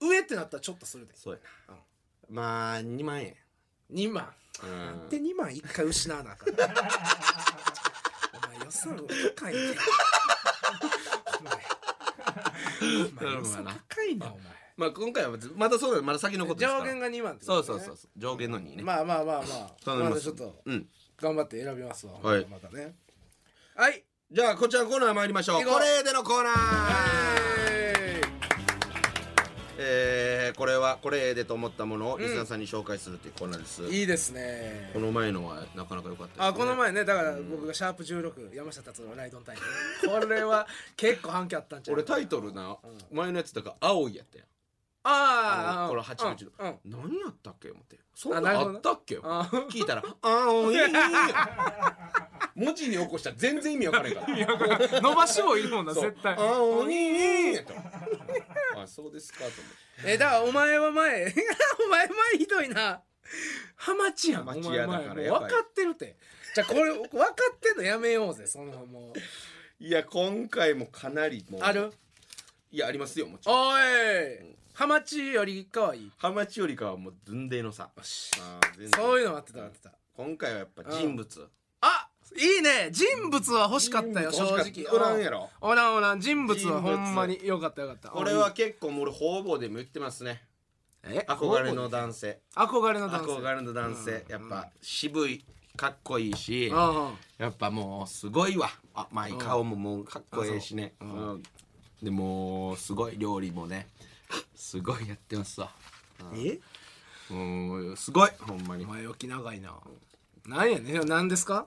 S1: 上ってなったらちょっとするで
S2: そうやなまあ2万円
S1: 2万
S2: うん
S1: で2万1回失わなあかんお前予算高いねお前お前
S2: 頼
S1: 予
S2: むわ
S1: 算
S2: な
S1: 高いなお前
S2: まあ今回はまたそうだまだ先のことですから
S1: 上限が2万ってこ
S2: そ
S1: と
S2: うそうそうそう上限の2ね
S1: まあまあまあまあ
S2: 頼み
S1: ま
S2: ま
S1: だ
S2: す
S1: ちょっと
S2: うん
S1: 頑張って選びますわ
S2: はい
S1: またねはい
S2: じゃあこちらのコーナー参りましょう
S1: 行こう
S2: これでのコーナーえーこれはこれでと思ったものをリスナーさんに紹介するっていうコーナーです、
S1: いいですね
S2: この前のはなかなか良かったです、ね、
S1: あこの前ねだから僕が「シャープ #16 山下達郎ライドオンタイム」これは結構反響あったんちゃう
S2: 俺タイトルな、前のやつだから青いやったやん
S1: ああ
S2: この八口の、
S1: うんうん
S2: 何やったっけ思ってそんな
S1: あ
S2: ん
S1: なるほ
S2: あ
S1: ど
S2: ったっけ
S1: あ
S2: 聞いたら「青い」 文字に起こしたら全然意味わからへんから
S1: 伸ばしもいるもんな
S2: そう
S1: 絶対
S2: 青いやった あそうですかと思って
S1: えだからお前は前 お前前ひどいなハマチやんお
S2: ハマ
S1: 前
S2: チやだから
S1: 前もう
S2: やば
S1: 分
S2: い
S1: かってるってじゃあこれ分かってんのやめようぜそのもう
S2: いや今回もかなりもう
S1: ある
S2: いやありますよもちろん
S1: おいハマチよりかはいい
S2: ハマチよりかはもうずんでいのさあー全然
S1: そういうの待ってた待ってた
S2: 今回はやっぱ人物
S1: あいいね人物は欲しかったよ正
S2: 人物欲し
S1: 直
S2: かったおらんやろ
S1: おらんおらん人物はほんまによかったよかった
S2: これは結構もう俺方々でも言ってますね
S1: え
S2: 憧れの男性
S1: 憧れの男性
S2: 憧れの男性やっぱ渋いかっこいいし
S1: うんうん
S2: やっぱもうすごいわあまあ顔ももうかっこええしね
S1: うん
S2: うんでもうすごい料理もねすごいやってますわ
S1: え
S2: うんすごいほんまに
S1: お、前沖長いななんやねん何ですか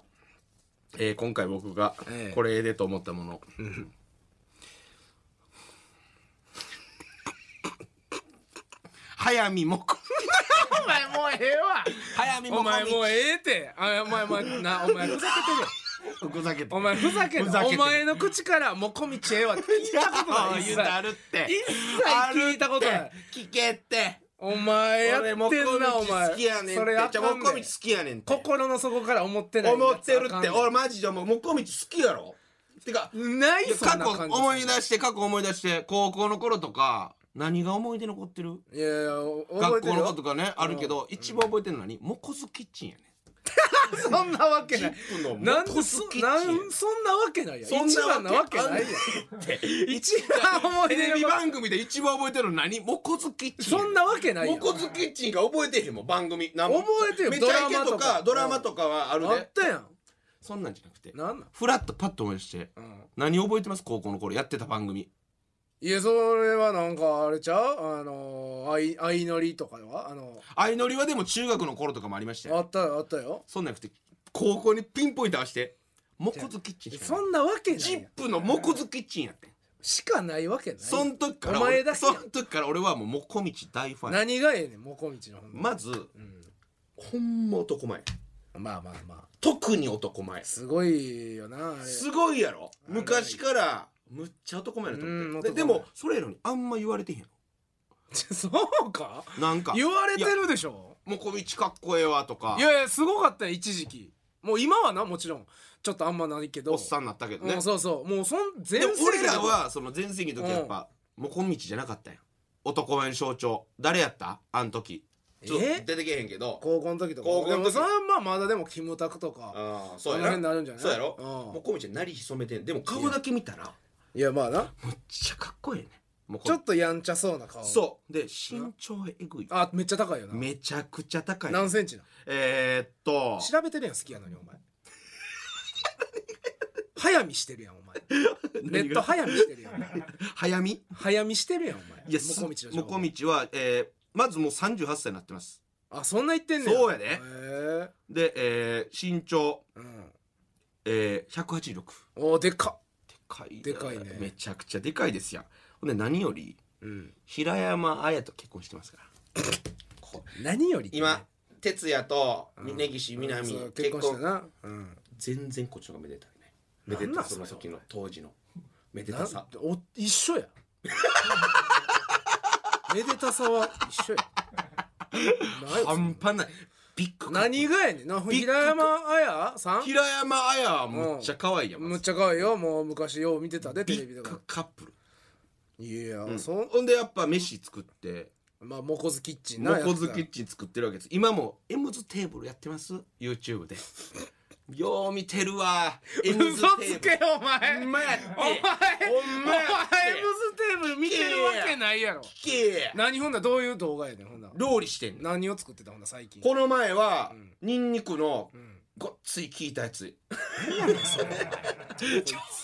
S2: えー今回僕が
S1: ええ
S2: これでと思ったもの、 早見もこ
S1: お前もうええわ
S2: 早見も
S1: お
S2: こ
S1: 前もうええってあお前お前なお前ふざけてるやん
S2: みふざけて
S1: お前ふざけん
S2: ふ
S1: な
S2: ざけ
S1: お
S2: て
S1: 前の口からもうこみちええわって聞いたことない一
S2: 言
S1: 切
S2: う たあるって
S1: 一切聞いたことない
S2: 聞けって
S1: お前やって
S2: 俺もこ
S1: んなお
S2: みち
S1: 前
S2: 好きやねん
S1: そ
S2: っ
S1: れ
S2: て
S1: あ
S2: じ
S1: かん
S2: ゃあ
S1: ね
S2: も
S1: ん
S2: こみち好きやねんって
S1: 心の底から思ってない
S2: 思ってるって俺
S1: 俺
S2: マジでもうもこみち好きやろてか
S1: ない
S2: いや
S1: そん
S2: 過
S1: な
S2: 去
S1: 感じ
S2: 思い出して過去思い出して高校の頃とか何が思い出残ってる
S1: いやいや覚え
S2: 学
S1: てる
S2: 校
S1: よ
S2: のことかねあるけど一番覚えてるのは何モコスキッチンやね
S1: そんなわけないなんでそなんそんなわけないやん
S2: そん
S1: 一
S2: なわけ
S1: 番なわけないやん一番思い
S2: テ
S1: 出
S2: レ
S1: の
S2: ビ番組で一番覚えてるの何モコズキッチン
S1: そんなわけないや
S2: モ
S1: ん
S2: コズキッチンが覚えてへんもん番組覚
S1: 覚えてるよ
S2: めちゃイケ
S1: ドラマと
S2: と
S1: か
S2: かドラマとかはある
S1: あっ
S2: で
S1: たやん
S2: そんなんじゃなくて
S1: なんなん
S2: フラッとパッと思い出して
S1: うん
S2: 何覚えてます高校の頃やってた番組
S1: いやそれはなんかあれちゃうあのー相相乗りとかはあの
S2: 相乗りはでも中学の頃とかもありました
S1: あ
S2: よ
S1: ったよあったよ
S2: そんなんじゃなくて高校にピンポイント合わせてモコズキッチンしか
S1: そ
S2: ない
S1: んなわけない
S2: ジ
S1: や
S2: ッ
S1: ん
S2: プのモコズキッチンやってん
S1: しかないわけない
S2: そん時から
S1: お前だ
S2: 俺
S1: けや
S2: そ
S1: ん
S2: ん時から俺はもうモコミチ大ファン
S1: 何がええねんもこみちのほんま
S2: まず、ほんま男前
S1: まあまあまあ
S2: 特に男前
S1: すごいよなあれ
S2: すごいやろ昔からむっちゃ男前だと
S1: うん
S2: 思って
S1: 男
S2: で
S1: 前
S2: でもそれやのにあんま言われてへんや
S1: そうか
S2: ろなんか
S1: 言われてるでしょ
S2: 「もこみちかっこええわ」とか
S1: いやいやすごかったよ一時期もう今はなもちろんちょっとあんまないけど
S2: おっさんになったけどね
S1: うん、そうそうもうそん全
S2: でも
S1: 盛期
S2: 俺らはその全盛期の時はやっぱもこみちじゃなかったやん男前の象徴誰やったあん時ちょっと
S1: え
S2: 出てけへんけど
S1: 高校の時とか
S2: 高校
S1: で
S2: の時
S1: もそれはまあまだでもキムタクとか
S2: ああ
S1: そ
S2: そ
S1: の
S2: うや
S1: 辺に
S2: な
S1: なるんじゃない
S2: そうやろ
S1: うん
S2: もこみちはなり潜めてんでも顔だけ見たら
S1: いやまあな
S2: むっちゃかっこええねもう
S1: ちょっとやんちゃそうな顔
S2: そうで身長えぐい
S1: あめっちゃ高いよな
S2: めちゃくちゃ高い
S1: 何センチな
S2: えー、っと
S1: の調べてるやん好きやのに お前早見してるやんお前ネット早見してるやん
S2: 早見
S1: 早見してるやんお前
S2: いやす
S1: もこみちの情
S2: も
S1: 報
S2: こみちは、えー、まずもう38歳になってます
S1: あそんな言ってんねん
S2: そうやで
S1: へえ
S2: で、えー、身長、
S1: うん
S2: えー、186
S1: おーでかっ
S2: でかいね
S1: でかいね
S2: めちゃくちゃでかいですやんほんで何より
S1: うん
S2: 平山綾と結婚してますから
S1: 何よりってね
S2: 今哲也と峯岸みなみ
S1: そう
S2: 結
S1: 結婚した
S2: 婚
S1: なうん
S2: 全然こっちの方がめでたいねめ
S1: なん
S2: で
S1: な
S2: た
S1: ん
S2: その
S1: それ
S2: 時の当時のめで
S1: な
S2: た
S1: ん
S2: さ
S1: お一緒 やめでたさは一緒やないわ
S2: 半端ないビッグ
S1: 何がやねんな平山綾さん
S2: 平山綾はむっちゃ可愛いやん、ま
S1: むっ
S2: ず
S1: ちゃ可愛いよもう昔よう見てたでテ
S2: ビ
S1: レビ
S2: ッ
S1: とか
S2: グカップル
S1: いや、
S2: うん
S1: そん
S2: ほんでやっぱ飯作って
S1: まあモコズキッチン
S2: モ
S1: な
S2: コズキ
S1: や
S2: ッチン作ってるわけです今もエムズテーブルやってます YouTube でよう見てるわエ
S1: つが
S2: ムズ
S1: 嘘
S2: テ
S1: つ
S2: ーブル
S1: けお前
S2: ほんまやって
S1: お前
S2: ほんまや
S1: お前エム
S2: っ
S1: ズテーブル見てるわけないやろ
S2: て聞け
S1: 何ほんならどういう動画やねんほんなら
S2: 料理してんの
S1: 何を作ってたほんなら最近
S2: この前は
S1: うん
S2: ニンニクの
S1: うん
S2: ごっつい効いたやつ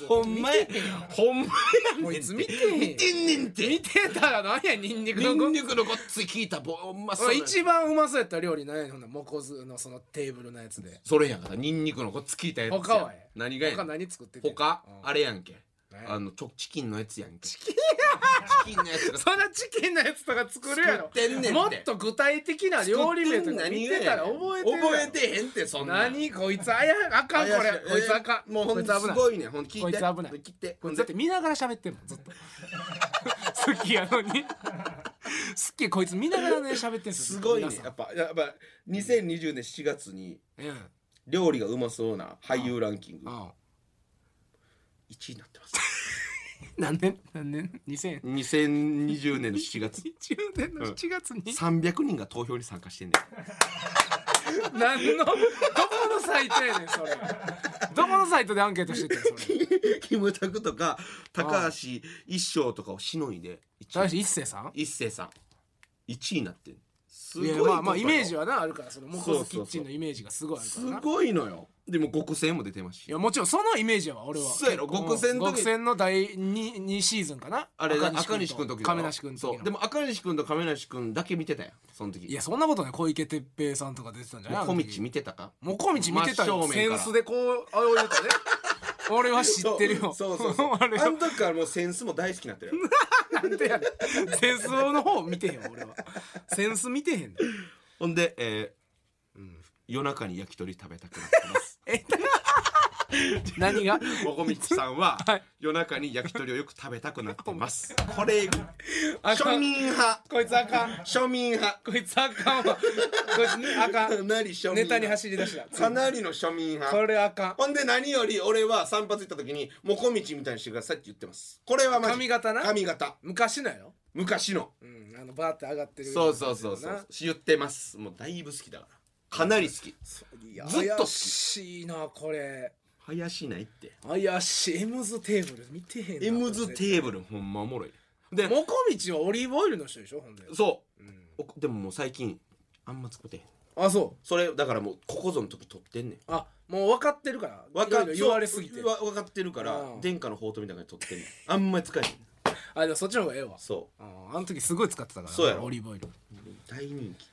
S1: こ
S2: ほんまやほんまや
S1: い
S2: ねん
S1: つ見てへん
S2: 見てんねんて
S1: 見てたら何やニンニク
S2: ニ
S1: のご
S2: ンニクのごっつい効いたぼほんま
S1: そ
S2: そうう
S1: 一番うまそうやった料理なんやねんほんならモコズのそのテーブルのやつで
S2: それやんかニンニクのごっつ効いたやつやん
S1: 他はえ
S2: 何がやね
S1: 他
S2: ん
S1: 何作ってて
S2: 他
S1: うん
S2: あれやんけ
S1: 何や
S2: あのちょチキンのやつやんけチキンチキンのやつが
S1: そんなチキンのやつとか作るやろ
S2: 作ってんねんて
S1: もっと具体的な料理名とか見てたら覚えてるやろ
S2: 覚えてへんってそんなん
S1: 何こいつあやあかんこれこいつあかん
S2: もうほ
S1: こい
S2: ん
S1: つ
S2: と
S1: 危
S2: す
S1: ない
S2: ごいねほんと聞いて
S1: こいつ危ない
S2: 聞いて
S1: これだって見ながら喋ってるもんずっと好きやのにすっげえこいつ見ながらね喋ってんすよ
S2: すごいね
S1: 皆さ
S2: やっぱやっぱ2020年7月に
S1: んうん
S2: 料理がうまそうな俳優ランキング
S1: あ
S2: 1位になってます
S1: 何年何年 ?2020
S2: 2020年の7月
S1: 年の7月に、
S2: 300人が投票に参加し てんねん
S1: 何のどこのサイトやねんそれどこのサイトでアンケートしてたんそれ
S2: キムタクとか高橋一生とかをしのいで一
S1: 高
S2: 位
S1: 橋一生さん
S2: 一生さん1位になってんす
S1: いや
S2: こと
S1: ま
S2: よ
S1: あまあイメージはなあるからそのモコ
S2: そうそう
S1: ズキ
S2: そう
S1: ッチンのイメージがすごいあるか
S2: す
S1: らな
S2: ごいのよでも極戦も出てます
S1: い
S2: し
S1: やもちろんそのイメージやわ俺は
S2: そうやろ
S1: 結構
S2: 極戦の時
S1: 極戦の第 2, 二シーズンかな
S2: あれ赤西君
S1: と
S2: の時だろ
S1: 亀梨君の時
S2: そうでも赤西君と亀梨君だけ見てたよその時
S1: いやそんなことない小池徹平さんとか出てたんじゃない
S2: もう小道
S1: 見
S2: 見てたか
S1: もう小道見てたよ
S2: 真正
S1: セ
S2: 面か
S1: ン
S2: ら
S1: スでこうあれを言うとね俺は知ってるよ
S2: そうそうそ う
S1: あれ
S2: あの時からもうセンスも大好きになってるよ
S1: なんでやねんセンスの方見てへん俺はセンス見てへんで
S2: ほんで、えー夜中に焼き鳥食べたくなってます
S1: 何が
S2: もこみちさんは、
S1: はい
S2: 夜中に焼き鳥をよく食べたくなって ますこれえぐい
S1: あか
S2: 庶
S1: ん
S2: 民派
S1: こいつあかん
S2: 庶民派
S1: こいつあかんわこいつねあか
S2: か
S1: ん
S2: なり庶民派
S1: ネタに走り出した
S2: かなりの庶民派
S1: これあかん
S2: ほんで何より俺は散髪行った時にもこみちみたいにしてくださいって言ってますこれはマジ
S1: 髪型な
S2: 髪型
S1: 昔のやろ
S2: 昔の
S1: うんあのバーって上がってる
S2: そうそうそうそ
S1: な
S2: う言ってますもうだいぶ好きだからかなり好き
S1: いや
S2: ずっと好き
S1: 怪しいなこれ
S2: 林ないって
S1: 怪しいエムズテーブル見てへんな
S2: エムズテ
S1: ー
S2: ーブルほんまおもろいで
S1: もこみちはオリーブオイルの人でしょほんで
S2: そう
S1: うん
S2: おでももう最近あんま使ってへん
S1: あそ
S2: それだからもうここぞの時撮ってんねん
S1: うあもう分かってるからいろいろ言われすぎて
S2: わ分かってるから
S1: うん
S2: 殿下の宝刀みたいなの撮ってんねん あんまり使えへん
S1: あでもそっちの方がええわ
S2: そ
S1: ああの時すごい使ってたから
S2: そうやろ
S1: オリーブオイル
S2: う大人気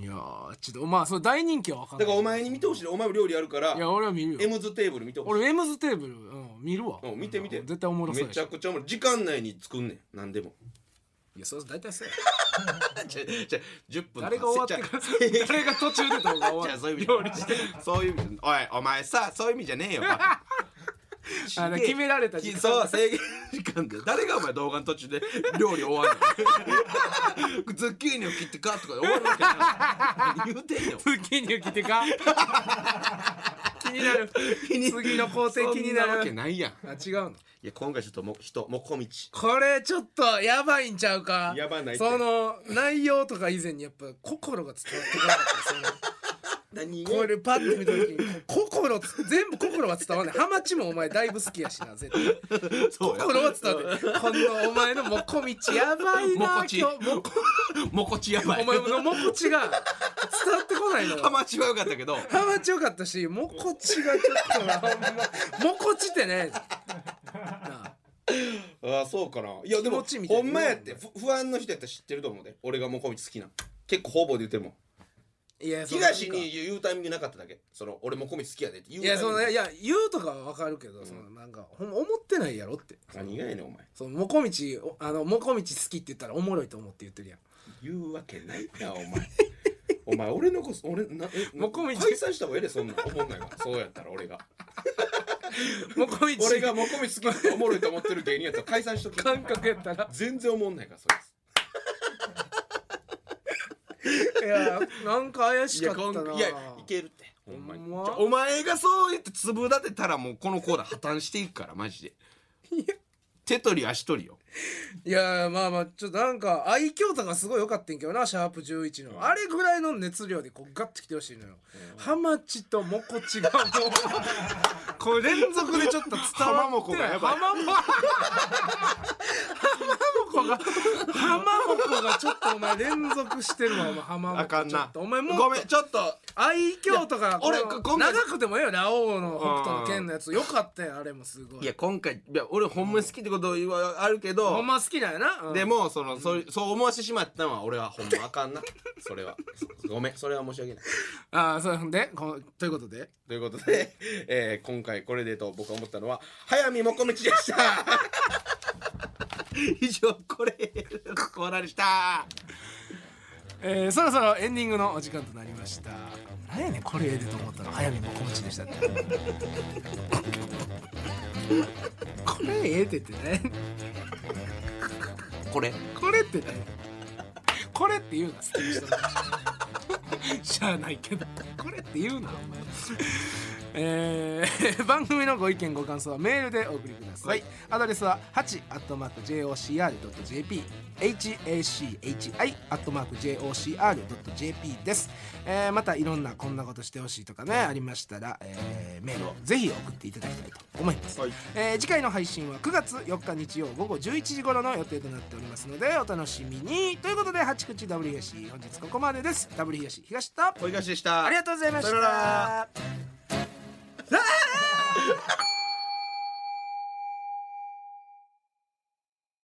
S1: いやーちょっとまあその大人気は分かんな
S2: だ
S1: い
S2: からお前に見てほしいねお前も料理あるから
S1: いや俺は見る
S2: エ
S1: よ
S2: ムズテーブル見てほしい
S1: 俺エムズテーブル、うん、見るわ、
S2: うん見て見て
S1: 絶対おもろそう
S2: め
S1: やし
S2: ちゃくちゃおもろい時間内に作んねん何 でも
S1: いやそれ大体そうや
S2: じゃじゃ10 分
S1: 誰が終わってから誰が途中で動画終わ
S2: じゃ
S1: る
S2: あそういう意味じゃない そういう意味じゃないおいお前さそういう意味じゃねえよバ カ
S1: あの決められた時間
S2: そ う制限時間で誰がお前動画の途中で料理終わんの ズッキーニを切ってかとかで終わるわけない何言うてんよ
S1: ズッキーニを切ってか気になる 次の工程気にな
S2: そんなわけ
S1: る
S2: ないやんい
S1: あ違うの
S2: や今回ちょっとも人もこみち
S1: これちょっとやばいんちゃうか
S2: やばないって
S1: その内容とか以前にやっぱ心が伝わってこなかったその
S2: 何
S1: これパッて見た時にこ心つ全部心は伝わんないハマチもお前だいぶ好きやしな絶対
S2: そうや
S1: 心は伝わってるこのお前のモコみちやばい
S2: も
S1: な
S2: こち
S1: 今日もこ
S2: もこちやばい
S1: お前のモコちが伝わってこないのよ
S2: ハマチはよかった けど
S1: ハマチよかったしモコちがちょっとなほんまモコちってねなあ
S2: ああそうかないやで
S1: 気
S2: も
S1: 持ちみたい
S2: ほ
S1: なん
S2: まやってふ不安の人やったら知ってると思うで俺がもうこみち好きなん結構方々で言っても
S1: いやその
S2: 東に言うタイミングなかっただけその俺もこみち好きやでって言う
S1: い
S2: タイ
S1: や
S2: ミン
S1: そ
S2: グ
S1: のいや言うとかはわかるけど、そのなんかほんま思ってないやろって
S2: 何がやねんお前
S1: そのモコみちおあのモコみち好きって言ったらおもろいと思って言ってるやん
S2: 言うわけない なお前お前俺のこそ俺なえ
S1: もうこみち
S2: 解散した方がええでそんなん思んな いわそうやったら俺が
S1: モコみち
S2: 俺がもこみち好きっておもろいと思ってる芸人やったら解散しとき
S1: 感覚やったら
S2: 全然思んないからそれ
S1: いやなんか怪し
S2: い
S1: か
S2: や
S1: ったな
S2: こんいやいけるってほんまに
S1: ほんま
S2: ちょお前がそう言って粒立てたらもうこのコーナー破綻していくからマジで手取り足取りよ
S1: いやまあまあちょっとなんか愛嬌とかすごい良かったんけどなシャープ11のあれぐらいの熱量でこうガッときてほしいのよハマチとモコチ がもうこれ連続でちょっと伝わって
S2: 浜モコがやばい
S1: 浜モ浜モコが浜モコがちょっとお前連続してるわお前浜モコ
S2: あかん
S1: ちょっ
S2: な
S1: とお前もう
S2: ごめんちょっと
S1: 愛嬌とか
S2: いや俺
S1: この
S2: 今回
S1: 長くてもええよラオウの北斗の剣のやつよかったよあれもすごい
S2: いや今回いや俺ほんまに好きってことはあるけど、
S1: ほんま好きなんやな、うん
S2: でもそのそうそう思わせてしまったのは俺はほんまあかんな それはそごめんそれは申し訳ない
S1: ああそうほんでこうということで
S2: ということで、えー今回これでと僕は思ったのは早見もこみちでした 以上これコーナーでした
S1: えー、そろそろエンディングのお時間となりました何やねんこれええでと思ったら早見もこみちでしたって これええでってね
S2: これ
S1: これってねこれって言うな好きな人のしゃあないけどこれってって言うなお前えー番組のご意見ご感想はメールでお送りください、
S2: はい
S1: アドレスは 8-jocr.jp hachi.jocr.jp です、えーまたいろんなこんなことしてほしいとかねありましたら、えーメールをぜひ送っていただきたいと思います、
S2: はい
S1: えー次回の配信は9月4日日曜午後11時頃の予定となっておりますのでお楽しみにということで八口ダブル東本日ここまでですダブル東東と
S2: 小東でした
S1: ありがとうございまし
S2: さよな
S1: た
S2: ら。